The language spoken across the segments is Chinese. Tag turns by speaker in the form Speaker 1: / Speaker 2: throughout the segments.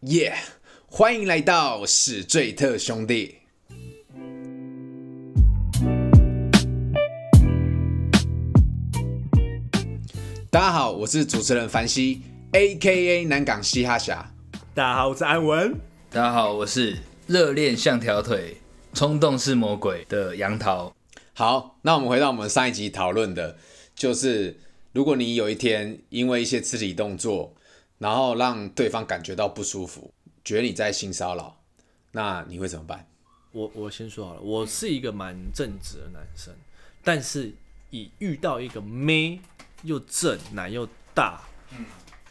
Speaker 1: 耶、欢迎来到史最特兄弟。大家好，我是主持人凡西，A.K.A 南港嘻哈侠。
Speaker 2: 大家好，我是安文。
Speaker 3: 大家好，我是热恋像条腿，冲动是魔鬼的杨桃。
Speaker 1: 好，那我们回到我们上一集讨论的，就是如果你有一天因为一些肢体动作，然后让对方感觉到不舒服，觉得你在性骚扰，那你会怎么办？
Speaker 2: 我我先说好了，我是一个蛮正直的男生，但是以遇到一个妹又正奶又大，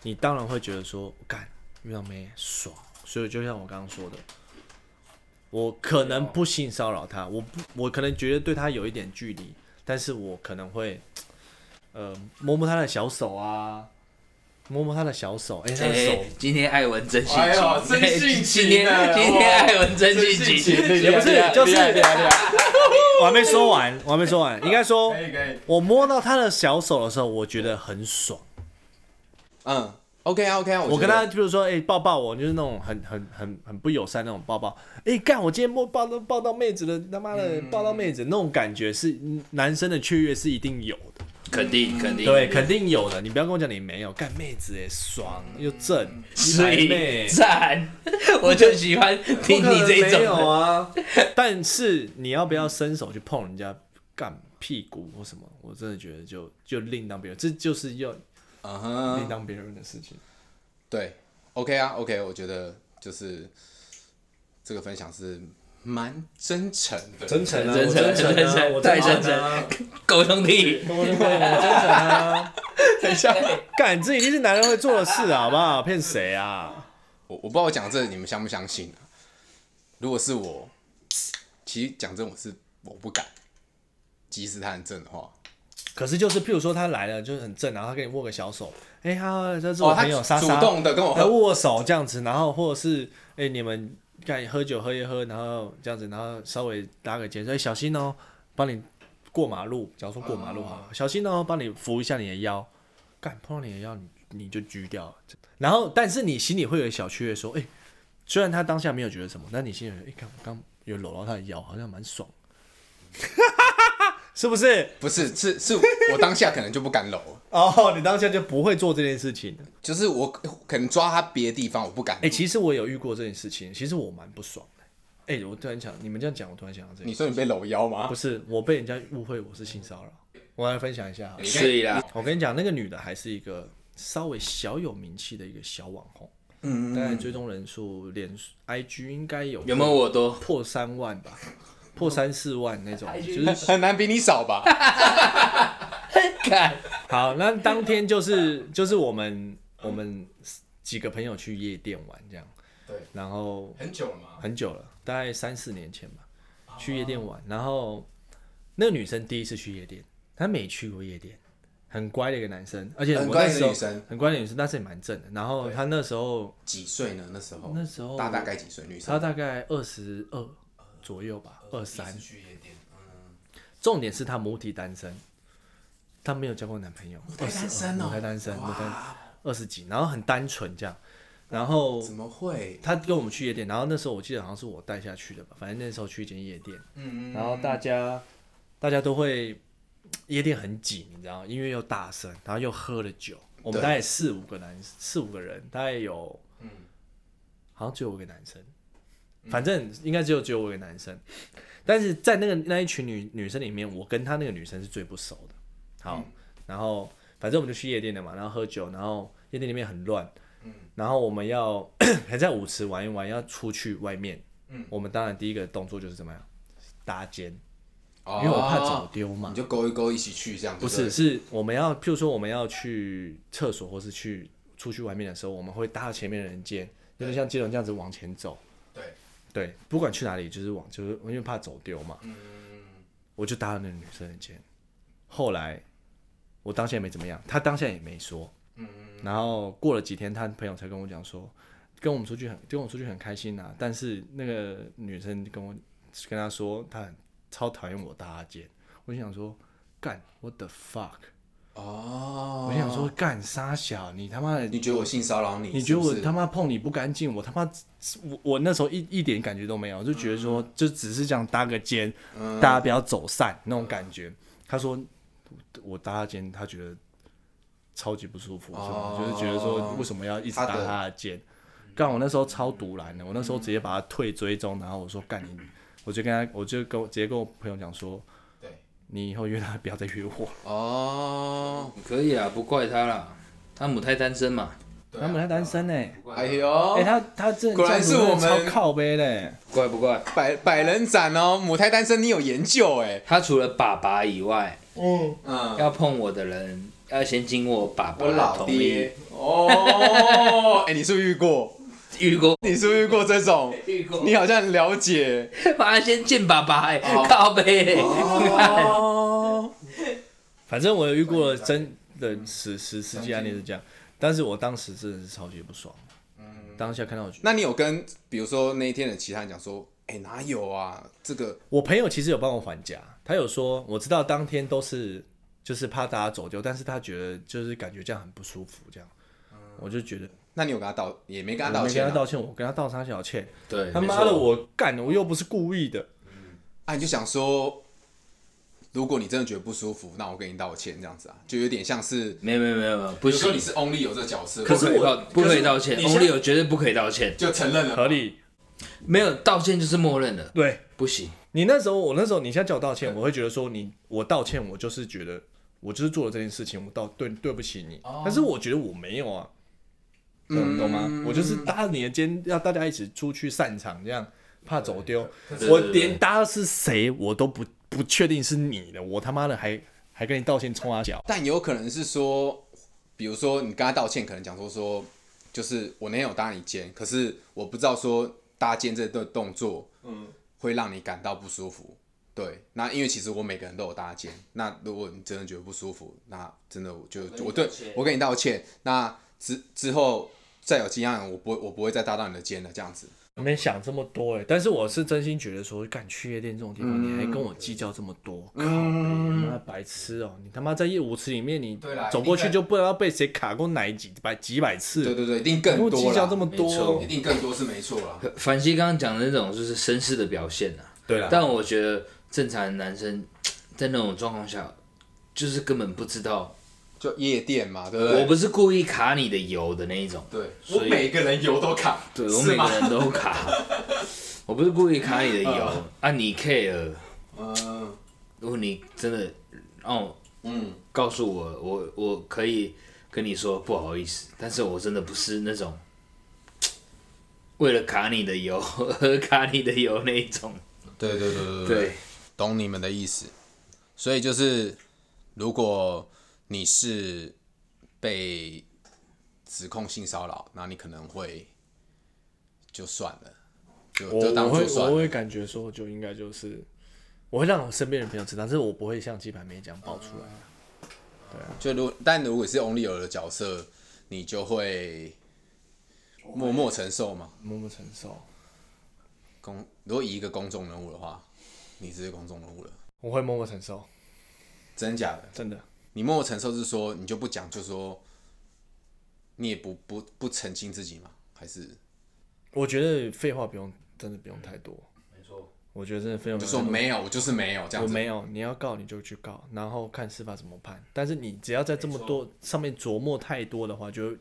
Speaker 2: 你当然会觉得说，干遇到妹爽，所以就像我刚刚说的，我可能不性骚扰她，我不我可能觉得对她有一点距离，但是我可能会，呃，摸摸她的小手啊，摸摸她的小手，哎、她
Speaker 3: 哎、
Speaker 2: 的手
Speaker 3: 今天艾文真性
Speaker 1: 哎呦
Speaker 3: 情，
Speaker 1: 真性情
Speaker 3: 今天
Speaker 1: 啊
Speaker 3: 今
Speaker 1: 哇
Speaker 3: 天艾文真 性情，
Speaker 1: 也
Speaker 2: 哎不是厉害就是厉害厉害
Speaker 1: 害
Speaker 2: 我还没说完，我还没说完，应该说，
Speaker 1: 可以
Speaker 2: 我摸到他的小手的时候，我觉得很爽。
Speaker 1: 嗯，OK 啊 OK 啊，
Speaker 2: 我
Speaker 1: 觉
Speaker 2: 跟
Speaker 1: 得
Speaker 2: 他比如说，哎、抱抱我，就是那种很很很很不友善那种抱抱。哎、干，我今天摸抱到抱到妹子了，他妈的抱到妹子，那种感觉是嗯男生的雀跃是一定有的，嗯
Speaker 3: 肯定肯定，
Speaker 2: 对，肯定有的。你不要跟我讲你没有，干妹子哎，爽又正，一
Speaker 3: 所
Speaker 2: 百
Speaker 3: 以
Speaker 2: 妹。
Speaker 3: 赞，我就喜欢听
Speaker 2: 不
Speaker 3: 你这
Speaker 2: 可能没
Speaker 3: 种
Speaker 2: 有
Speaker 3: 的。
Speaker 2: 啊。 但是你要不要伸手去碰人家干屁股或什么？我真的觉得就就另当别论，这就是要
Speaker 1: 嗯哼
Speaker 2: 另当别论的事情。
Speaker 1: 对，OK 啊，OK，我觉得就是这个分享是蛮真诚的，
Speaker 2: 真诚啊，
Speaker 3: 真诚
Speaker 2: 我
Speaker 3: 真诚
Speaker 2: 我
Speaker 3: 太
Speaker 2: 诚
Speaker 3: 真
Speaker 2: 啊，
Speaker 3: 狗兄弟，
Speaker 2: 我真诚啊，
Speaker 1: 等一下，
Speaker 2: 干这一定是男人会做的事啊，好不好？骗谁啊？
Speaker 1: 我我不知道我讲这你们相不相信啊？如果是我，其实讲真我是我不敢，即使他很正的话，
Speaker 2: 可是就是，譬如说他来了，就是很正，然后他跟你握个小手，哎、他这是
Speaker 1: 哦
Speaker 2: 我，
Speaker 1: 他
Speaker 2: 朋友莎
Speaker 1: 主
Speaker 2: 莎，
Speaker 1: 动的跟我
Speaker 2: 来
Speaker 1: 喝，
Speaker 2: 呃握手这样子，然后或者是哎、你们干喝酒喝一喝，然后这样子，然后稍微搭个肩，说、哎小心哦，帮你过马路，假如说过马路啊，小心哦，帮你扶一下你的腰，干碰到你的腰你你就狙掉了，然后但是你心里会有小雀跃，说哎、虽然他当下没有觉得什么，但你心里哎看、我刚有搂到他的腰，好像蛮爽，是不是？
Speaker 1: 不是是是我当下可能就不敢搂，
Speaker 2: 哦，你当下就不会做这件事情。
Speaker 1: 就是我可能抓他别的地方我不敢
Speaker 2: 哎、。其实我有遇过这件事情，其实我蛮不爽的。哎、我突然想，你们这样讲，我突然想到这
Speaker 1: 你
Speaker 2: 个，
Speaker 1: 说你被搂腰吗
Speaker 2: 不？是我被人家误会我是性骚扰，我来分享一下好了。
Speaker 3: 所以啦，
Speaker 2: 我跟你讲，那个女的还是一个稍微小有名气的一个小网红，嗯，大概追踪人数，脸书 IG 应该有
Speaker 3: 有没有我多？
Speaker 2: 破三万吧，破三四万那种，就是
Speaker 1: 很难比你少吧？
Speaker 3: 看，
Speaker 2: 好，那当天就是就是我们我们几个朋友去夜店玩这样，
Speaker 1: 对，
Speaker 2: 然后
Speaker 1: 很久了吗？
Speaker 2: 很久了，大概三四年前吧，
Speaker 1: 哦
Speaker 2: 去夜店玩。然后那个女生第一次去夜店，她没去过夜店，很乖的一个男生，而且我
Speaker 1: 很乖
Speaker 2: 那
Speaker 1: 的
Speaker 2: 时候
Speaker 1: 女生
Speaker 2: 很乖的女生，但是也蛮正的。然后她那时候
Speaker 1: 几岁呢？那时候
Speaker 2: 那时候
Speaker 1: 哦大大概几岁？女生
Speaker 2: 她大概二十二左右吧，
Speaker 1: 哦
Speaker 2: 二三。
Speaker 1: 去夜店，
Speaker 2: 重点是她母体单身，她没有交过男朋友，
Speaker 1: 胎单身哦
Speaker 2: 22母胎单身，母胎二十几，然后很单纯这样。然后
Speaker 1: 怎么会？
Speaker 2: 他跟我们去夜店，然后那时候我记得好像是我带下去的吧，反正那时候去一间夜店，嗯然后大家大家都会夜店很挤，你知道，音乐又大声，然后又喝了酒，我们
Speaker 1: 对
Speaker 2: 大概四五个男四五个人，大概有嗯，好像只有我一个男生，反正应该只有只有我一个男生，但是在那个那一群女女生里面，我跟她那个女生是最不熟的。好，然后反正我们就去夜店了嘛，然后喝酒，然后夜店里面很乱，然后我们要 还在舞池玩一玩，要出去外面，我们当然第一个动作就是怎么样搭肩，
Speaker 1: 因
Speaker 2: 因为我怕走丢嘛
Speaker 1: 你。就勾一勾一起去这样，
Speaker 2: 不是，是我们要，譬如说我们要去厕所或是去出去外面的时候，我们会搭到前面的人肩，有点像接龙这样子往前走。
Speaker 1: 对
Speaker 2: 对，不管去哪里，就是往，就是因为怕走丢嘛。
Speaker 1: 嗯
Speaker 2: 我就搭了那个女生的肩，后来我当下也没怎么样，她当下也没说。
Speaker 1: 嗯
Speaker 2: 然后过了几天，她朋友才跟我讲说，跟我们出去很，跟我出去很开心啊。但是那个女生跟我跟她说，她很超讨厌我搭她肩。我就想说，干，what the fuck？
Speaker 1: 哦，
Speaker 2: 我就想说，干啥小，你他妈的
Speaker 1: 你觉得我性骚扰你？
Speaker 2: 你觉得我
Speaker 1: 是不是
Speaker 2: 他妈碰你不干净，我他妈我我那时候一一点感觉都没有，就觉得说
Speaker 1: 嗯
Speaker 2: 就只是这样搭个肩，大家不要走散那种感觉。他说我搭他肩，他觉得超级不舒服，
Speaker 1: 哦
Speaker 2: 就是觉得说为什么要一直
Speaker 1: 他
Speaker 2: 搭
Speaker 1: 的
Speaker 2: 他的肩？干我那时候超毒男的，我那时候直接把他退追踪，然后我说干你，我就跟他我就跟我直接跟我朋友讲说，
Speaker 1: 对
Speaker 2: 你以后约他不要再约我了。
Speaker 1: 哦，
Speaker 3: 可以啊，不怪他啦，他母胎单身嘛，
Speaker 1: 对啊
Speaker 2: 他们还单身呢、
Speaker 1: 哎呦，
Speaker 2: 哎、他他这
Speaker 1: 果然是我们
Speaker 2: 超靠背嘞、
Speaker 3: 不怪不怪。
Speaker 1: 百百人斩哦，母胎单身你有研究哎，
Speaker 3: 他除了爸爸以外，
Speaker 1: 嗯，
Speaker 3: 要碰我的人要先经过我爸爸
Speaker 1: 我
Speaker 3: 的
Speaker 1: 老
Speaker 3: 同意。
Speaker 1: 爹哦，哎，你是不是遇过？
Speaker 3: 遇过，
Speaker 1: 你是不是遇过这种？
Speaker 3: 遇过
Speaker 1: 你好像很了解
Speaker 3: 妈先见爸爸、欸，靠背、欸。
Speaker 1: 哦，
Speaker 2: 反正我有遇过了真的实实实际案例是这样，但是我当时真的是超级不爽。
Speaker 1: 嗯
Speaker 2: 当下看到我觉得，
Speaker 1: 那你有跟比如说那一天的其他人讲说，哎，哪有啊？这个
Speaker 2: 我朋友其实有帮我还价，他有说我知道当天都是就是怕大家走丢，但是他觉得就是感觉这样很不舒服，这样，我就觉得
Speaker 1: 那你嗯有跟他道，也没跟他
Speaker 2: 我
Speaker 1: 道
Speaker 2: 没跟
Speaker 1: 歉
Speaker 2: 他
Speaker 1: 啊，
Speaker 2: 道歉，我跟他道啥小歉，
Speaker 3: 对，
Speaker 2: 他妈
Speaker 3: 没
Speaker 2: 的
Speaker 3: 错
Speaker 2: 我干，我又不是故意的，
Speaker 1: 啊，你就想说，如果你真的觉得不舒服，那我跟你道歉这样子啊，就有点像是，
Speaker 3: 没有没有没有没有，不
Speaker 1: 比如说
Speaker 3: 行
Speaker 1: 你，是 Only 有这个角色，
Speaker 2: 可是
Speaker 3: 不可以
Speaker 2: 我
Speaker 3: 道不可以道歉
Speaker 2: 可是你现在
Speaker 3: ，Only 有绝对不可以道歉，
Speaker 1: 就承认了
Speaker 2: 合理，
Speaker 3: 没有道歉就是默认了，
Speaker 2: 对
Speaker 3: 不行。
Speaker 2: 你那时候我那时候你现在叫我道歉，我会觉得说你我道歉，我就是觉得我就是做了这件事情，我道对对不起你，但是我觉得我没有啊。懂懂吗？我就是搭你的肩，要大家一起出去散场，这样怕走丢。
Speaker 3: 对
Speaker 2: 我
Speaker 3: 对对
Speaker 2: 连搭是谁我都不不确定是你的，我他妈的还还跟你道歉冲啊小，
Speaker 1: 但也有可能是说，比如说你跟他道歉，可能讲说说，就是我那天有搭你肩，可是我不知道说搭肩这个动作，嗯，会让你感到不舒服。对，那因为其实我每个人都有搭肩，那如果你真的觉得不舒服，那真的我就我对我跟你道歉。那之之后再有经验，我不会我不会再搭到你的肩了，这样子。
Speaker 2: 没想这么多哎、但是我是真心觉得说，干去夜店这种地方，你还跟我计较这么多，靠北，妈白痴哦、你他妈在夜舞池里面，你
Speaker 1: 对啦
Speaker 2: 走过
Speaker 1: 一
Speaker 2: 去
Speaker 1: 定在
Speaker 2: 就不知道被谁卡过奶几百几百次，
Speaker 1: 对对对，一定
Speaker 2: 跟
Speaker 1: 更
Speaker 2: 我
Speaker 1: 多
Speaker 2: 计较这么
Speaker 1: 了，
Speaker 3: 没错
Speaker 2: 多哦
Speaker 1: 一，定更多是没错啦。
Speaker 3: 凡西刚刚讲的那种就是绅士的表现啊，
Speaker 2: 对啦，
Speaker 3: 但我觉得正常男生在那种状况下，就是根本不知道，
Speaker 1: 就夜店嘛，对不对？
Speaker 3: 我不是故意卡你的油的那一种，
Speaker 1: 对，我
Speaker 3: 所以
Speaker 1: 每个人油都卡，
Speaker 3: 对我
Speaker 1: 是
Speaker 3: 每
Speaker 1: 吗
Speaker 3: 个？人都卡， 我不是故意卡你的油啊，你 care，
Speaker 1: 嗯
Speaker 3: 如果你真的让我
Speaker 1: 嗯。
Speaker 3: 告诉我，我我可以跟你说不好意思，但是我真的不是那种为了卡你的油而 卡你的油那一种。
Speaker 1: 对对对对
Speaker 3: 对，
Speaker 1: 懂你们的意思。所以就是，如果你是被指控性骚扰，那你可能会就算了，就
Speaker 2: 我
Speaker 1: 就
Speaker 2: 我
Speaker 1: 当
Speaker 2: 会
Speaker 1: 做算
Speaker 2: 我
Speaker 1: 了。
Speaker 2: 会感觉说，就应该就是我会让我身边的朋友知道，但是我不会像鸡排妹这样爆出来。
Speaker 1: 啊就如但如果是 Only 有的角色，你就会默默承受嘛。
Speaker 2: 默默承受，
Speaker 1: 公如果以一个公众人物的话，你是公众人物了，
Speaker 2: 我会默默承受，
Speaker 1: 真假的？
Speaker 2: 真的。
Speaker 1: 你默默承受是说你就不讲，就说你也不不不澄清自己吗？还是
Speaker 2: 我觉得废话不用，真的不用太多。
Speaker 3: 没错，
Speaker 2: 我觉得真的费用
Speaker 1: 就说没有，我就是没有这样
Speaker 2: 我
Speaker 1: 子？
Speaker 2: 没有，你要告你就去告，然后看司法怎么判。但是你只要在这么多上面琢磨太多的话，就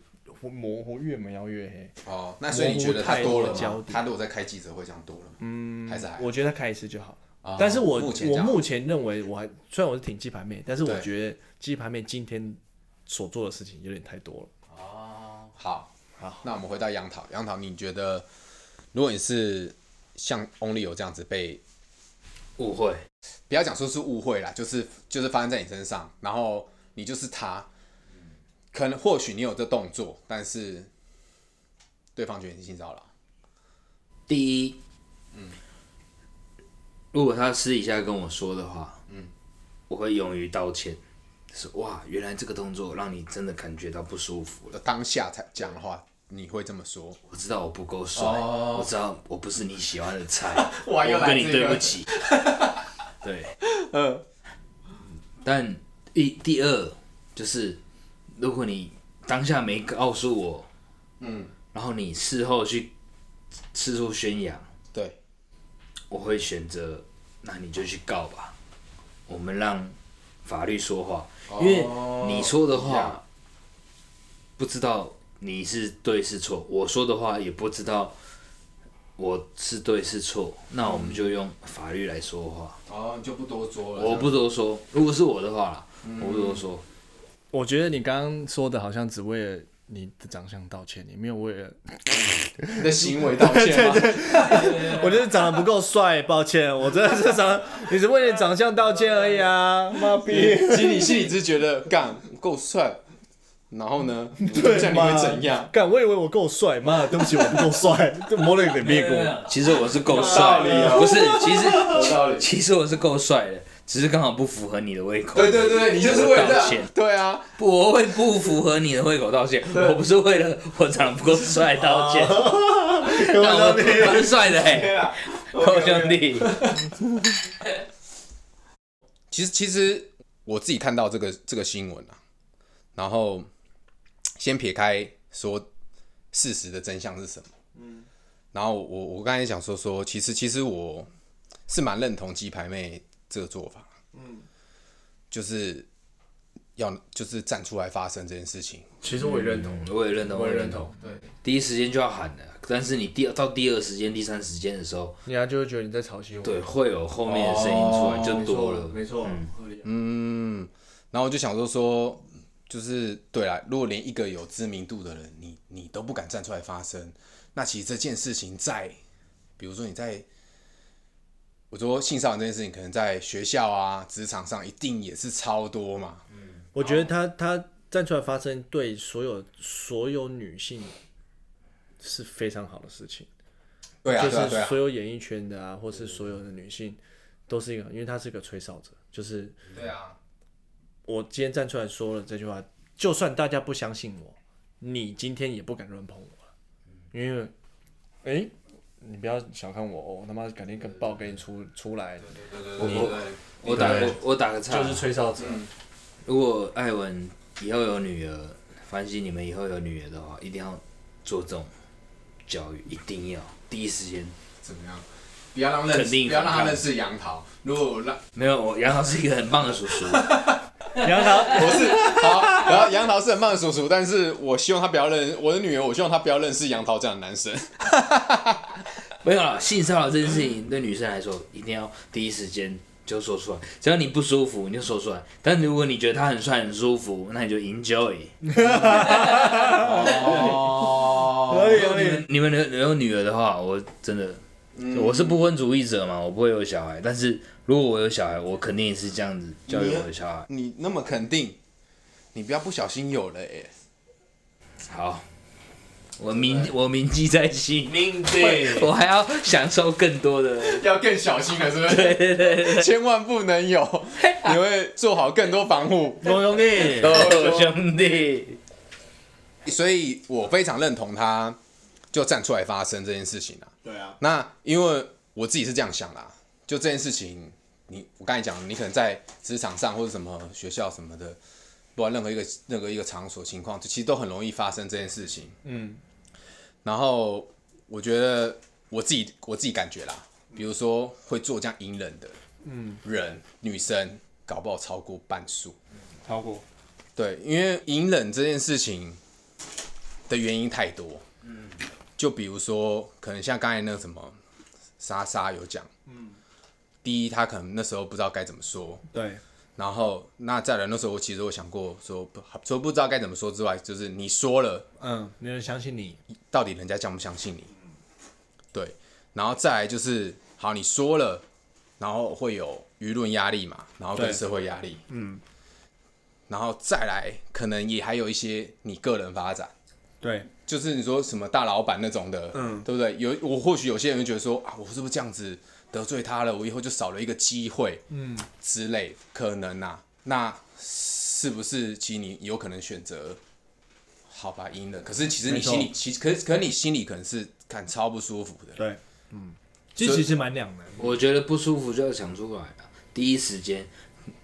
Speaker 2: 会模糊越描越黑。
Speaker 1: 哦，那所以你觉得他
Speaker 2: 模
Speaker 1: 多
Speaker 2: 糊太多
Speaker 1: 了
Speaker 2: 的焦
Speaker 1: 吗
Speaker 2: 点？
Speaker 1: 他如果在开记者会这样多了吗？嗯，还是还好
Speaker 2: 我觉得他开一次就好了。
Speaker 1: 哦
Speaker 2: 但是我
Speaker 1: 目前这
Speaker 2: 我
Speaker 1: 样
Speaker 2: 啊目前认为我还虽然我是挺鸡排妹，但是我
Speaker 1: 对
Speaker 2: 觉得鸡排妹今天所做的事情有点太多了。
Speaker 3: 啊
Speaker 1: 好，
Speaker 2: 好，
Speaker 1: 那我们回到杨桃，杨桃，你觉得如果你是像 Only 有这样子被，
Speaker 3: 误会。
Speaker 1: 不要讲说是误会啦，就是就是发生在你身上，然后你就是他，
Speaker 2: 嗯
Speaker 1: 可能或许你有这动作，但是对方觉得你性骚扰。
Speaker 3: 第一，如果他私底下跟我说的话，
Speaker 1: 嗯
Speaker 3: 我会勇于道歉。就是哇，原来这个动作让你真的感觉到不舒服了。
Speaker 1: 当下才讲的话，你会这么说？
Speaker 3: 我知道我不够帅，
Speaker 1: 哦
Speaker 3: 我知道我不是你喜欢的菜，
Speaker 1: 哇又
Speaker 3: 我
Speaker 1: 来
Speaker 3: 跟你
Speaker 1: 这个
Speaker 3: 对不起。 对，嗯，但一第二，就是如果你当下没告诉我，嗯，然后你事后去四处宣扬，
Speaker 1: 对，
Speaker 3: 我会选择，那你就去告吧，我们让法律说话，
Speaker 1: 哦
Speaker 3: 因为你说的话、
Speaker 1: 呀
Speaker 3: 不知道你是对是错，我说的话也不知道我是对是错，那我们就用法律来说话，
Speaker 1: 哦，就不多说
Speaker 3: 我不多说，如果是我的话啦，
Speaker 1: 嗯
Speaker 3: 我不多说，
Speaker 2: 我觉得你刚刚说的好像只为了你的长相道歉，你没有为了，
Speaker 1: 你的行为道歉吗？
Speaker 2: 我就是长得不够帅，抱歉，我真的是 长得，你是为了长相道歉而已啊，妈 逼！
Speaker 1: 其实你心里只是觉得干够帅，然后 呢，这样你
Speaker 2: 嘛
Speaker 1: 会怎样？？
Speaker 2: 干，我以为我够帅，妈的，对不起，我不够 帅，就摸了你
Speaker 1: 嗯
Speaker 2: 的屁股。
Speaker 3: 其实我是够
Speaker 1: 啊道
Speaker 3: 帅
Speaker 1: 理啊
Speaker 3: 的，不是，其实
Speaker 1: 有道理
Speaker 3: 其实我是够帅的，只是刚好不符合你的胃口。
Speaker 1: 对对对，你就是为了这
Speaker 3: 道歉
Speaker 1: 样，对啊，
Speaker 3: 不，我会不符合你的胃口道歉，我不是为了我长得不够帅 道歉，但我蛮帅的
Speaker 1: 对
Speaker 3: 嘿，
Speaker 1: 啊，
Speaker 3: 好兄弟，
Speaker 1: 其实其实我自己看到这个这个新闻啊，然后先撇开说事实的真相是什么，嗯，然后我我刚才想说说，其实其实我是蛮认同鸡排妹这个做法，嗯，就是要就是站出来发声这件事情，
Speaker 2: 其实我也认同，
Speaker 3: 我也认同，我也认同，对，第一时间就要喊的，但是你第到第二时间、第三时间的时候，
Speaker 2: 人家就会觉得你在嘲笑我。
Speaker 3: 对，会有后面的声音出
Speaker 1: 哦
Speaker 3: 来就多了，
Speaker 2: 没错，合理。
Speaker 1: 嗯，然后我就想说说，就是对啦，如果连一个有知名度的人，你你都不敢站出来发声，那其实这件事情在，比如说你在，我说性骚扰这件事情，可能在学校啊、职场上一定也是超多嘛。
Speaker 2: 我觉得他他站出来发声，对所有所有女性是非常好的事情，
Speaker 1: 对啊，
Speaker 2: 就
Speaker 1: 对啊，对
Speaker 2: 是
Speaker 1: 啊
Speaker 2: 所，有演艺圈的啊，或是所有的女性都是一个，因为她是一个吹哨者，就是
Speaker 1: 对啊，
Speaker 2: 我今天站出来说了这句话，就算大家不相信我，你今天也不敢乱碰我了，因为，哎、你不要小看我哦，我他妈改天跟爆跟你出出来，
Speaker 3: 我打我我打个岔，
Speaker 2: 就是吹哨者。
Speaker 3: 如果艾文以后有女儿，凡西你们以后有女儿的话，一定要做这种教育，一定要第一时间。
Speaker 1: 怎么样？不要让
Speaker 3: 肯定反抗
Speaker 1: 识杨桃。如果我让
Speaker 3: 没有，我杨老师一个很棒的叔叔，
Speaker 2: 杨桃，
Speaker 1: 我是好，然后杨桃是很棒的叔叔，但是我希望他不要认我的女儿，我希望她不要认识杨桃这样的男生。
Speaker 3: 没有啦，性骚扰这件事情对女生来说，一定要第一时间就说出来。只要你不舒服，你就说出来。但如果你觉得他很帅很舒服，那你就 enjoy。
Speaker 1: 哦，
Speaker 2: 可以
Speaker 3: 如果你们你们有有女儿的话，我真的。我是不婚主义者嘛，我不会有小孩。但是如果我有小孩，我肯定是这样子教育我的小孩。
Speaker 1: 你那么肯定，你不要不小心有了哎、
Speaker 3: 好，我铭我铭记在心，
Speaker 1: 欸，对，
Speaker 3: 我还要享受更多的。
Speaker 1: 要更小心了，是不是？ 对对对千万不能有， 你会做好更多防护。
Speaker 2: 罗兄弟，
Speaker 3: 哦，兄弟，
Speaker 1: 所以我非常认同他就站出来发声这件事情啊。
Speaker 2: 对啊，
Speaker 1: 那因为我自己是这样想啦，就这件事情，你我刚才讲，你可能在职场上或者什么学校什么的，不管任何一个任何一个场所情况，其实都很容易发生这件事情。嗯，然后我觉得我自己我自己感觉啦，比如说会做这样隐忍的，嗯，人女生搞不好超过半数。
Speaker 2: 超过。
Speaker 1: 对，因为隐忍这件事情的原因太多，嗯，就比如说，可能像刚才那个什么莎莎有讲，嗯，第一，她可能那时候不知道该怎么说，
Speaker 2: 对，
Speaker 1: 然后那再来那时候，我其实我想过说，不除了不知道该怎么说之外，就是你说了，
Speaker 2: 嗯，没人相信你。
Speaker 1: 到底人家相不相信你？对，然后再来就是，好，你说了，然后会有舆论压力嘛，然后跟
Speaker 2: 对
Speaker 1: 社会压力，嗯，然后再来，可能也还有一些你个人发展，
Speaker 2: 对，
Speaker 1: 就是你说什么大老板那种的，嗯，对不对？有我或许有些人会觉得说啊，我是不是这样子得罪他了，我以后就少了一个机会，嗯，之类，可能啊，那是不是其实你有可能选择？好吧，赢了。可是其实你
Speaker 2: 没错
Speaker 1: 心里，其实可是可是你心里可能是看超不舒服的。
Speaker 2: 对，嗯，这其实蛮两难。
Speaker 3: 我觉得不舒服就要讲出来啊，第一时间。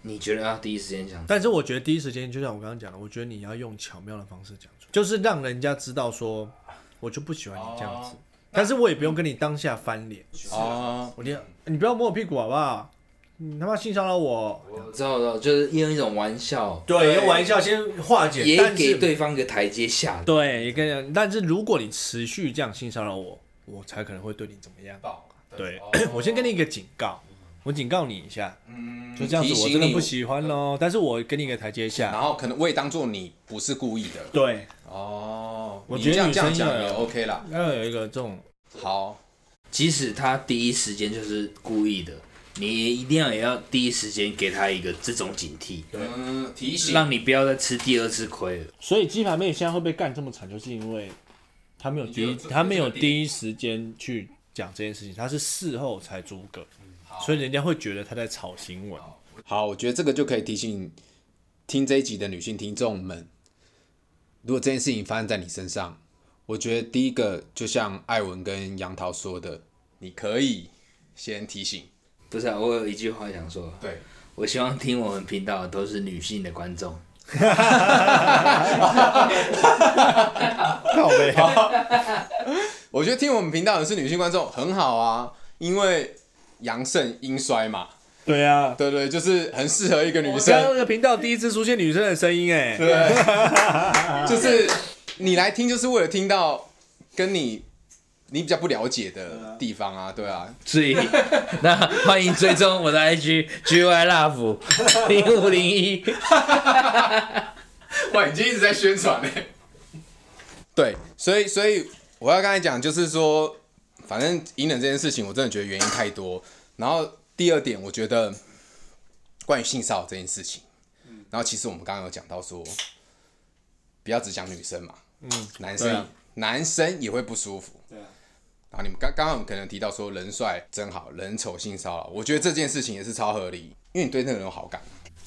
Speaker 3: 你觉得要第一时间讲？
Speaker 2: 但是我觉得第一时间，就像我刚刚讲的，我觉得你要用巧妙的方式讲出，就是让人家知道说，我就不喜欢你这样子。但是我也不用跟你当下翻脸，
Speaker 3: 哦，
Speaker 2: 我连你不要摸我屁股好不好？你他妈性骚扰我！
Speaker 3: 我知道，我知道，就是用一种玩笑，
Speaker 2: 对，用玩笑先化解，
Speaker 3: 也
Speaker 2: 但
Speaker 3: 给
Speaker 2: 是
Speaker 3: 对方一个台阶下。
Speaker 2: 对，也跟你讲，但是如果你持续这样性骚扰我，我才可能会对你怎么样。对， 我先给你一个警告，我警告你一下，就这样子，
Speaker 1: 提
Speaker 2: 我
Speaker 1: 醒
Speaker 2: 真的
Speaker 1: 你
Speaker 2: 不喜欢喽。但是我给你一个台阶下。
Speaker 1: 然后可能我也当做你不是故意的
Speaker 2: 对，
Speaker 1: 哦。
Speaker 2: 我
Speaker 1: 你
Speaker 2: 觉得
Speaker 1: 这样
Speaker 2: 女
Speaker 1: 这样
Speaker 2: 生
Speaker 1: 讲
Speaker 2: 要有
Speaker 1: 也 OK 啦。
Speaker 2: 要有一个这种，
Speaker 1: 好，
Speaker 3: 即使他第一时间就是故意的，你也一定要也要第一时间给他一个这种警惕，
Speaker 1: 嗯，提醒
Speaker 3: 让你不要再吃第二次亏了。
Speaker 2: 所以鸡排妹现在会被干这么惨，就是因为她没有第一，
Speaker 1: 你觉得这
Speaker 2: 她没有
Speaker 1: 这个点
Speaker 2: 第一时间去讲这件事情，她是事后才诸葛，所以人家会觉得她在炒新闻。
Speaker 1: 嗯好，我觉得这个就可以提醒听这一集的女性听众们，如果这件事情发生在你身上，我觉得第一个就像艾文跟杨桃说的，你可以先提醒，
Speaker 3: 不是、啊，我有一句话想说，
Speaker 1: 对，
Speaker 3: 我希望听我们频道的都是女性的观众。
Speaker 2: 靠背，
Speaker 1: 我觉得听我们频道的是女性观众很好啊，因为阳盛阴衰嘛，
Speaker 2: 对啊，
Speaker 1: 对对，就是很适合一个女
Speaker 2: 我刚刚
Speaker 1: 生，
Speaker 2: 那个频道第一次出现女生的声音，哎，
Speaker 1: 对，就是你来听就是为了听到跟你你比较不了解的地方啊，对啊，
Speaker 3: 所以， 那欢迎追踪我的 IG GY Love 零五零一。
Speaker 1: 哇，你今哦天一直在宣传呢。对，所以所以我要刚才讲，就是说，反正隐忍这件事情，我真的觉得原因太多。然后第二点，我觉得关于性骚扰这件事情，然后其实我们刚刚有讲到说，不要只讲女生嘛，嗯，男生、
Speaker 2: 对啊
Speaker 1: 男生也会不舒服。
Speaker 2: 对啊
Speaker 1: 然后你们刚刚刚我们可能提到说人帅真好人丑性骚扰，我觉得这件事情也是超合理，因为你对那个人有好感。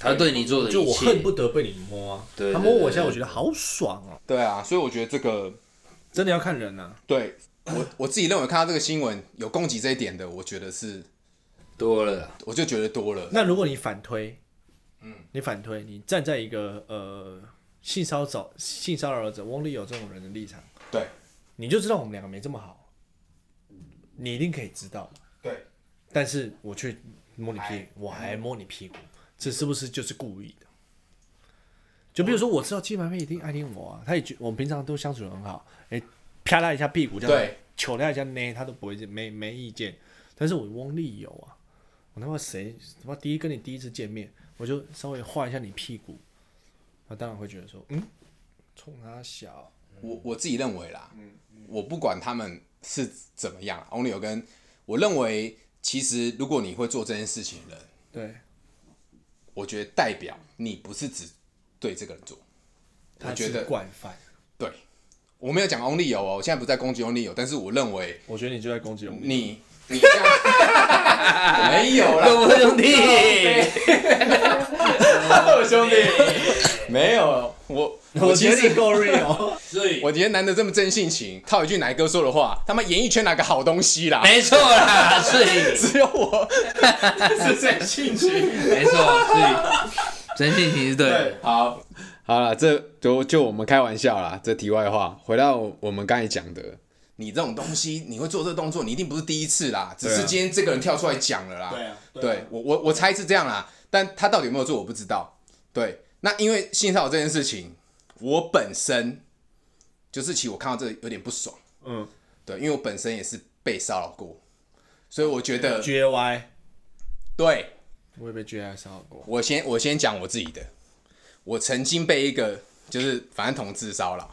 Speaker 3: 他对你做的一切，
Speaker 2: 就我恨不得被你摸啊，
Speaker 3: 对对
Speaker 2: 他摸我
Speaker 3: 对
Speaker 2: 一下，我觉得好爽哦，
Speaker 1: 对啊，所以我觉得这个
Speaker 2: 真的要看人啊，
Speaker 1: 对我我自己认为看到这个新闻有攻击这一点的，我觉得是
Speaker 3: 多了啦。
Speaker 1: 我就觉得多了。
Speaker 2: 那如果你反推，嗯，你反推，你站在一个呃性骚扰性骚扰者翁立友这种人的立场，
Speaker 1: 对
Speaker 2: 你就知道我们两个没这么好，你一定可以知道。
Speaker 1: 对，
Speaker 2: 但是我却摸你屁股，我还摸你屁股，这是不是就是故意的？就比如说，我知道鸡排妹一定爱听我啊，她也觉我们平常都相处得很好，哎、啪她一下屁股，这样
Speaker 1: 对
Speaker 2: 求她一下呢，她都不会没没意见。但是我翁立友啊，我他妈谁他妈第一跟你第一次见面，我就稍微画一下你屁股，他当然会觉得说，嗯，冲他小，
Speaker 1: 我我自己认为啦，我不管他们是怎么样啦，Only 有跟我认为，其实如果你会做这件事情的人，
Speaker 2: 对，
Speaker 1: 我觉得代表你不是只对这个人做。
Speaker 2: 他
Speaker 1: 觉
Speaker 2: 是
Speaker 1: 得
Speaker 2: 惯犯。
Speaker 1: 对，我没有讲 Only 有哦，我现在不在攻击 Only 有，但是我认为
Speaker 2: 我觉得你就在攻击我们，
Speaker 1: 你你这样 没有啦，
Speaker 3: 各位兄弟，
Speaker 1: 我兄弟没有我， 我其实
Speaker 2: 够 real。
Speaker 3: 所以
Speaker 1: 我今天难得这么真性情，套一句奶哥说的话，他妈演艺圈哪个好东西啦？
Speaker 3: 没错啦，所以
Speaker 1: 只有我是真性情。
Speaker 3: 没错，所以真性情是对的。
Speaker 1: 好，好了，这就就我们开玩笑啦，这题外话。回到我们刚才讲的，你这种东西，你会做这动作，你一定不是第一次啦，只是今天这个人跳出来讲了啦。
Speaker 2: 啊对啊对啊
Speaker 1: 对我我我猜是这样啦，但他到底有没有做我不知道。对，那因为性骚扰这件事情，我本身就是其实我看到这个有点不爽。
Speaker 2: 嗯，
Speaker 1: 对，因为我本身也是被骚扰过，所以我觉得，
Speaker 2: 撅歪，
Speaker 1: 对
Speaker 2: 我也被撅歪骚扰过。
Speaker 1: 我先我先讲我自己的，我曾经被一个就是反正同志骚扰，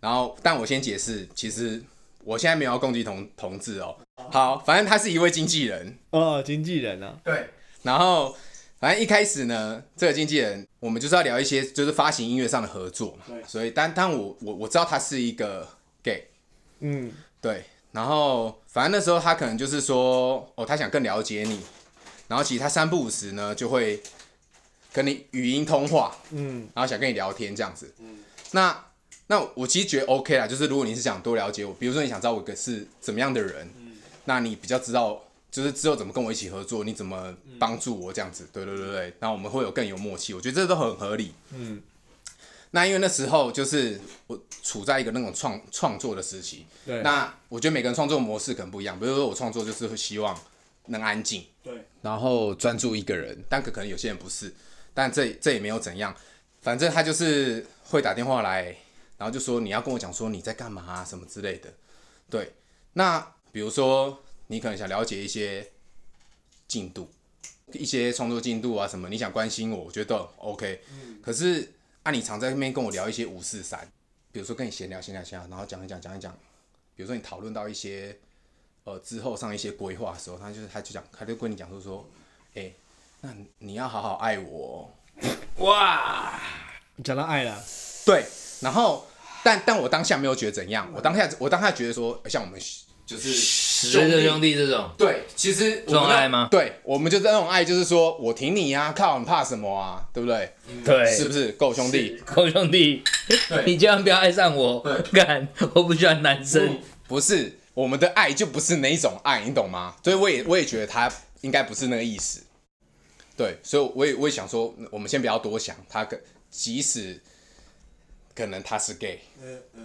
Speaker 1: 然后但我先解释，其实我现在没有要攻击同同志哦。好，反正他是一位经纪人，
Speaker 2: 哦，经纪人啊，
Speaker 1: 对，然后反正一开始呢，这个经纪人我们就是要聊一些就是发行音乐上的合作嘛，所以但但我我我知道他是一个 gay，
Speaker 2: 嗯，
Speaker 1: 对，然后反正那时候他可能就是说，哦，他想更了解你，然后其实他三不五时呢就会跟你语音通话，嗯，然后想跟你聊天这样子，嗯，那那我其实觉得 OK 啦，就是如果你是想多了解我，比如说你想知道我个是怎么样的人，那你比较知道就是之后怎么跟我一起合作，你怎么帮助我这样子，对对对对，那我们会有更有默契，我觉得这都很合理。嗯，那因为那时候就是我处在一个那种创创作的时期，
Speaker 2: 对
Speaker 1: 那我觉得每个人创作模式可能不一样，比如说我创作就是会希望能安静，
Speaker 2: 对，
Speaker 1: 然后专注一个人，但可可能有些人不是，但这这也没有怎样，反正他就是会打电话来，然后就说你要跟我讲说你在干嘛、啊、什么之类的，对，那比如说你可能想了解一些进度，一些创作进度啊什么，你想关心我，我觉得都很 OK，、可
Speaker 2: 嗯
Speaker 1: 是啊你常在那边跟我聊一些五四三，比如说跟你闲聊闲聊闲聊，然后讲一讲讲一讲，比如说你讨论到一些呃之后上一些规划的时候，他就是他就讲，他就跟你讲说说，哎、那你要好好爱我、哦，
Speaker 3: 哇，
Speaker 2: 讲到爱了，
Speaker 1: 对，然后但但我当下没有觉得怎
Speaker 3: 嗯
Speaker 1: 样，我当下我当下觉得说，像我们就是
Speaker 3: 死
Speaker 1: 兄
Speaker 3: 对头
Speaker 1: 弟
Speaker 3: 兄弟这种，
Speaker 1: 对，其实我
Speaker 3: 这种
Speaker 1: 们那
Speaker 3: 爱吗
Speaker 1: 对，我们就是那种爱，就是说我挺你呀、靠，你怕什么啊？对不对？
Speaker 3: 对，
Speaker 1: 是不是够兄弟？
Speaker 3: 够兄弟，你千万不要爱上我，干，我不喜欢男生，
Speaker 1: 不是，我们的爱就不是那一种爱，你懂吗？所以我也我也觉得他应该不是那个意思。对，所以我也我也想说，我们先不要多想，他可即使可能他是 gay，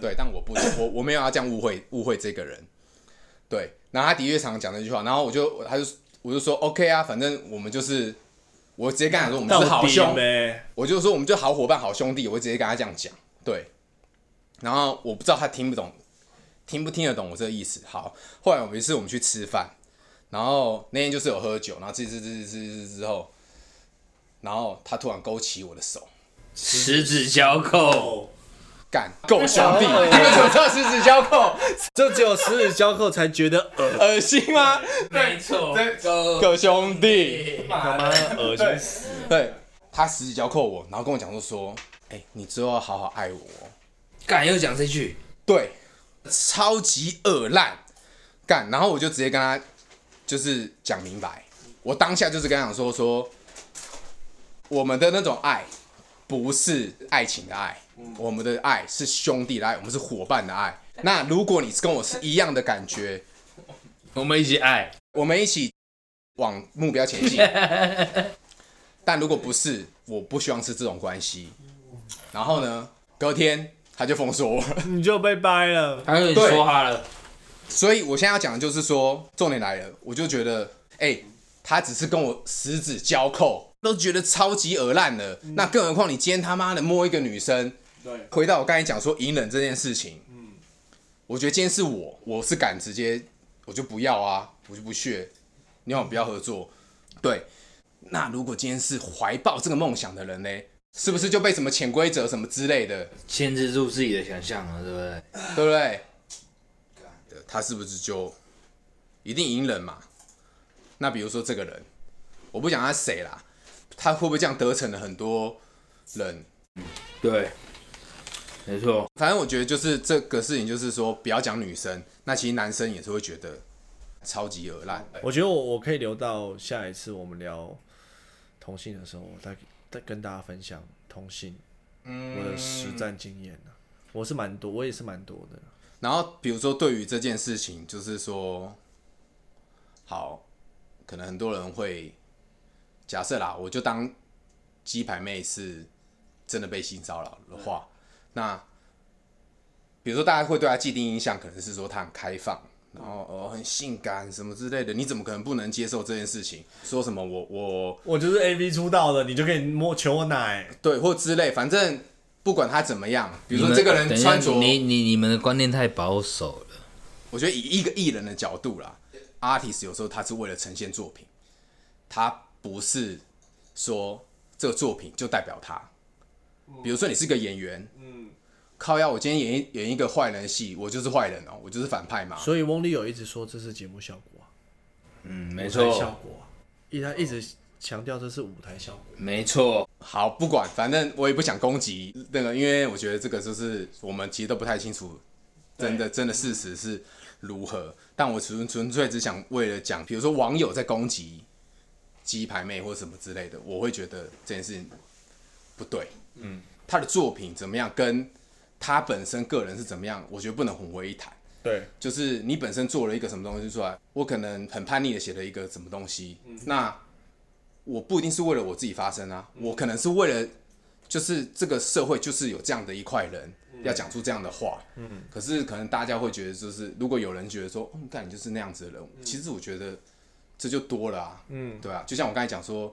Speaker 1: 对，但我不我我没有要这样误会误会这个人。对，然后他的确常讲那句话，然后我就他就我就说 OK 啊，反正我们就是我直接跟他讲说我们是好兄
Speaker 2: 呗，
Speaker 1: 我就说我们就好伙伴、好兄弟，我会直接跟他这样讲，对。然后我不知道他听不懂，听不听得懂我这个意思。好，后来我们有一次我们去吃饭，然后那天就是有喝酒，然后吃吃吃吃吃吃之后，然后他突然勾起我的手，
Speaker 3: 十指交扣，
Speaker 1: 干够兄弟，你为什么知道十指交扣？
Speaker 2: 就只有十指交扣才觉得呃恶
Speaker 1: 恶心吗？
Speaker 3: 没错，够
Speaker 1: 够兄弟，
Speaker 2: 他妈恶心死，
Speaker 1: 对他十指交扣我，然后跟我讲说说，哎、你之后要好好爱我哦。
Speaker 3: 干又讲这句，
Speaker 1: 对，超级恶烂，干，然后我就直接跟他就是讲明白，我当下就是跟他讲说说，我们的那种爱不是爱情的爱，我们的爱是兄弟的爱，我们是伙伴的爱。那如果你是跟我是一样的感觉，
Speaker 3: 我们一起爱，
Speaker 1: 我们一起往目标前进。但如果不是，我不希望是这种关系。然后呢，隔天他就封锁我了。
Speaker 2: 你就被掰了。
Speaker 3: 他跟你说话了，
Speaker 1: 所以我现在要讲的就是说，重点来了，我就觉得，哎、他只是跟我十指交扣，都觉得超级恶烂了，那更何况你今天他妈的摸一个女生，
Speaker 2: 对，
Speaker 1: 回到我刚才讲说隐忍这件事情，嗯，我觉得今天是我，我是敢直接，我就不要啊，我就不屑，你好不要合作，对，那如果今天是怀抱这个梦想的人呢，是不是就被什么潜规则什么之类的，
Speaker 3: 限制住自己的想象了，对不对？
Speaker 1: 对不对？他是不是就一定隐忍嘛？那比如说这个人，我不讲他谁啦，他会不会这样得逞了很多人？
Speaker 3: 对，没错，
Speaker 1: 反正我觉得就是这个事情，就是说不要讲女生，那其实男生也是会觉得超级恶烂。
Speaker 2: 我觉得我我可以留到下一次我们聊同性的时候，我再再跟大家分享同性我的实战经验、啊、我是蛮多，我也是蛮多的。
Speaker 1: 然后比如说对于这件事情，就是说，好，可能很多人会假设啦，我就当鸡排妹是真的被性骚扰的话，那比如说大家会对她既定印象可能是说她很开放，然后哦很性感什么之类的，你怎么可能不能接受这件事情？说什么我我
Speaker 2: 我就是 A V 出道的，你就可以摸求我奶。
Speaker 1: 对或之类，反正不管她怎么样，比
Speaker 3: 比
Speaker 1: 如说这个人穿着，
Speaker 3: 你你你们的观念太保守了。
Speaker 1: 我觉得以一个艺人的角度啦，artist 有时候他是为了呈现作品，他不是说这个作品就代表他。比如说你是个演员，嗯，靠呀，我今天演一演一个坏人戏，我就是坏人哦、我就是反派嘛。
Speaker 2: 所以翁立友一直说这是节目效果、啊，
Speaker 3: 嗯，没
Speaker 2: 舞台效
Speaker 3: 错，
Speaker 2: 果、啊，一他一直强调这是舞台效果。
Speaker 3: 没错，
Speaker 1: 好，不管，反正我也不想攻击那个，因为我觉得这个就是我们其实都不太清楚，真的真的事实是如何。但我纯纯粹只想为了讲，比如说网友在攻击鸡排妹或什么之类的，我会觉得这件事情不对。嗯，他的作品怎么样，跟他本身个人是怎么样，我觉得不能混为一谈。
Speaker 2: 对，
Speaker 1: 就是你本身做了一个什么东西出来，我可能很叛逆的写了一个什么东西，那我不一定是为了我自己发声啊，我可能是为了就是这个社会就是有这样的一块人。要讲出这样的话，嗯，可是可能大家会觉得，就是如果有人觉得说，嗯，干你就是那样子的人，其实我觉得这就多了啊，嗯，对啊，就像我刚才讲说，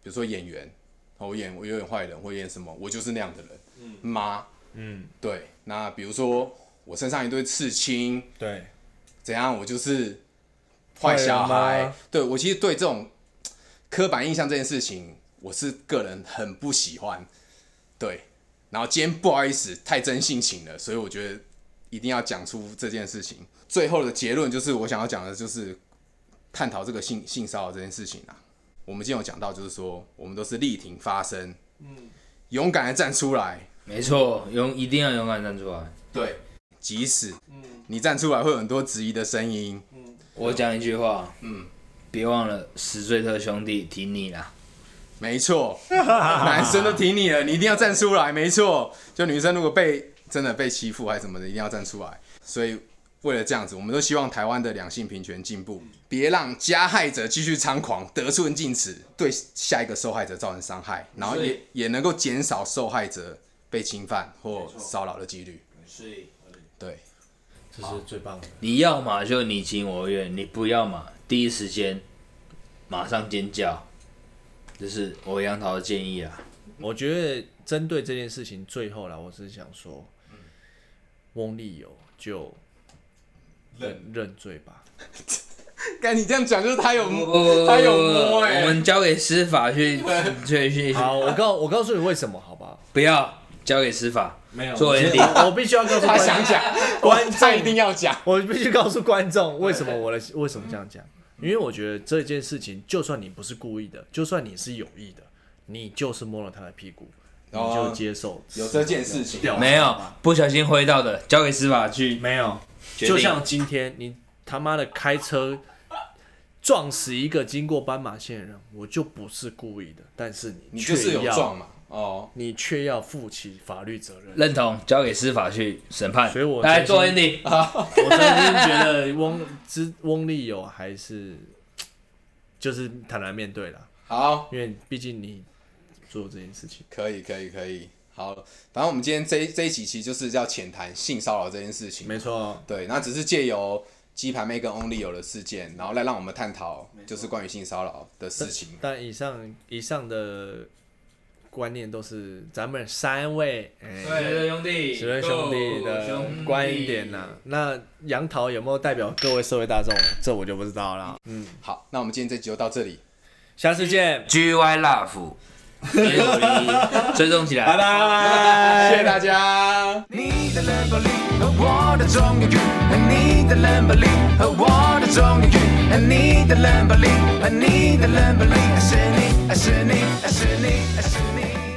Speaker 1: 比如说演员，哦我演我有点坏人，我演什么，我就是那样的人，嗯，妈，嗯，对，那比如说我身上一堆刺青，
Speaker 2: 对，
Speaker 1: 怎样，我就是坏小
Speaker 2: 坏人
Speaker 1: 孩
Speaker 2: 吗。
Speaker 1: 对我其实对这种嘖刻板印象这件事情，我是个人很不喜欢。对，然后今天不好意思太真性情了，所以我觉得一定要讲出这件事情。最后的结论就是我想要讲的就是探讨这个性性骚扰这件事情啊。我们今天有讲到，就是说我们都是力挺发声，嗯，勇敢的站出来，
Speaker 3: 没错，勇一定要勇敢站出来。
Speaker 1: 对，即使你站出来会有很多质疑的声音，
Speaker 3: 我讲一句话，嗯，别忘了史最特兄弟挺你啦。
Speaker 1: 没错，男生都挺你了，你一定要站出来。没错，就女生如果被真的被欺负还是什么的，一定要站出来。所以为了这样子，我们都希望台湾的两性平权进步，别让加害者继续猖狂、得寸进尺，对下一个受害者造成伤害，然后
Speaker 3: 所
Speaker 1: 也
Speaker 3: 以
Speaker 1: 也能够减少受害者被侵犯或骚扰的几率。
Speaker 3: 是，
Speaker 1: 对，
Speaker 2: 这是最棒的。
Speaker 3: 你要嘛就你情我愿，你不要嘛，第一时间马上尖叫，这是我杨桃的建议啊啦。
Speaker 2: 我觉得针对这件事情，最后啦，我只是想说，翁立友就认认罪吧。
Speaker 1: 但你这样讲就是他有他
Speaker 3: 还
Speaker 1: 有摸哎、
Speaker 2: 欸
Speaker 3: 哦我们交给司法去去去，
Speaker 2: 好，我告我告诉你为什么，好不好？
Speaker 3: 不要交给司法，
Speaker 2: 没有
Speaker 3: 做 ending
Speaker 2: 我我必须要告诉
Speaker 1: 他
Speaker 2: 观
Speaker 1: 想
Speaker 2: 众，
Speaker 1: 讲，
Speaker 2: 观
Speaker 1: 他一
Speaker 2: 众
Speaker 1: 定要讲。
Speaker 2: 我必须告诉观众为什么我的为什么这样讲，因为我觉得这件事情，就算你不是故意的，就算你是有意的，你就是摸了他的屁股，你
Speaker 1: 哦
Speaker 2: 就接受
Speaker 1: 有这件事情
Speaker 2: 掉
Speaker 3: 没有不小心挥到的，交给司法去。
Speaker 2: 没有，
Speaker 3: 决定
Speaker 2: 就像今天你他妈的开车撞死一个经过斑马线的人，我就不是故意的，但是
Speaker 1: 你
Speaker 2: 你
Speaker 1: 就
Speaker 2: 却
Speaker 1: 是有
Speaker 2: 要
Speaker 1: 撞嘛？哦，
Speaker 2: 你却要负起法律责任。
Speaker 3: 认同，交给司法去审判。
Speaker 2: 所以我
Speaker 3: 来
Speaker 2: 真心
Speaker 3: 做 ending，
Speaker 2: 我真心觉 得呃翁之翁立友还是就是坦然面对了，
Speaker 1: 好，
Speaker 2: 因为毕竟你做这件事情。
Speaker 1: 可以，可以，可以。好，反正我们今天这一这一期其实就是要浅谈性骚扰这件事情。
Speaker 2: 没错，
Speaker 1: 对，那只是借由鸡排妹跟 Only 有的事件，然后来让我们探讨就是关于性骚扰的事情。
Speaker 2: 但以上以上的观念都是咱们三位哎
Speaker 3: 对兄弟，
Speaker 2: 十位兄弟的观点啊呐、那杨桃有没有代表各位社会大众？这我就不知道了。嗯，
Speaker 1: 好，那我们今天这集就到这里，
Speaker 2: 下次见，
Speaker 3: G Y Love，别努力， 追踪起来，
Speaker 2: 拜拜，
Speaker 1: 谢谢大家。
Speaker 4: 你的冷暴力和我的纵容欲，你的冷暴力和我的纵容欲，你的冷暴力和你的冷暴力，是你，是你，是你，是你。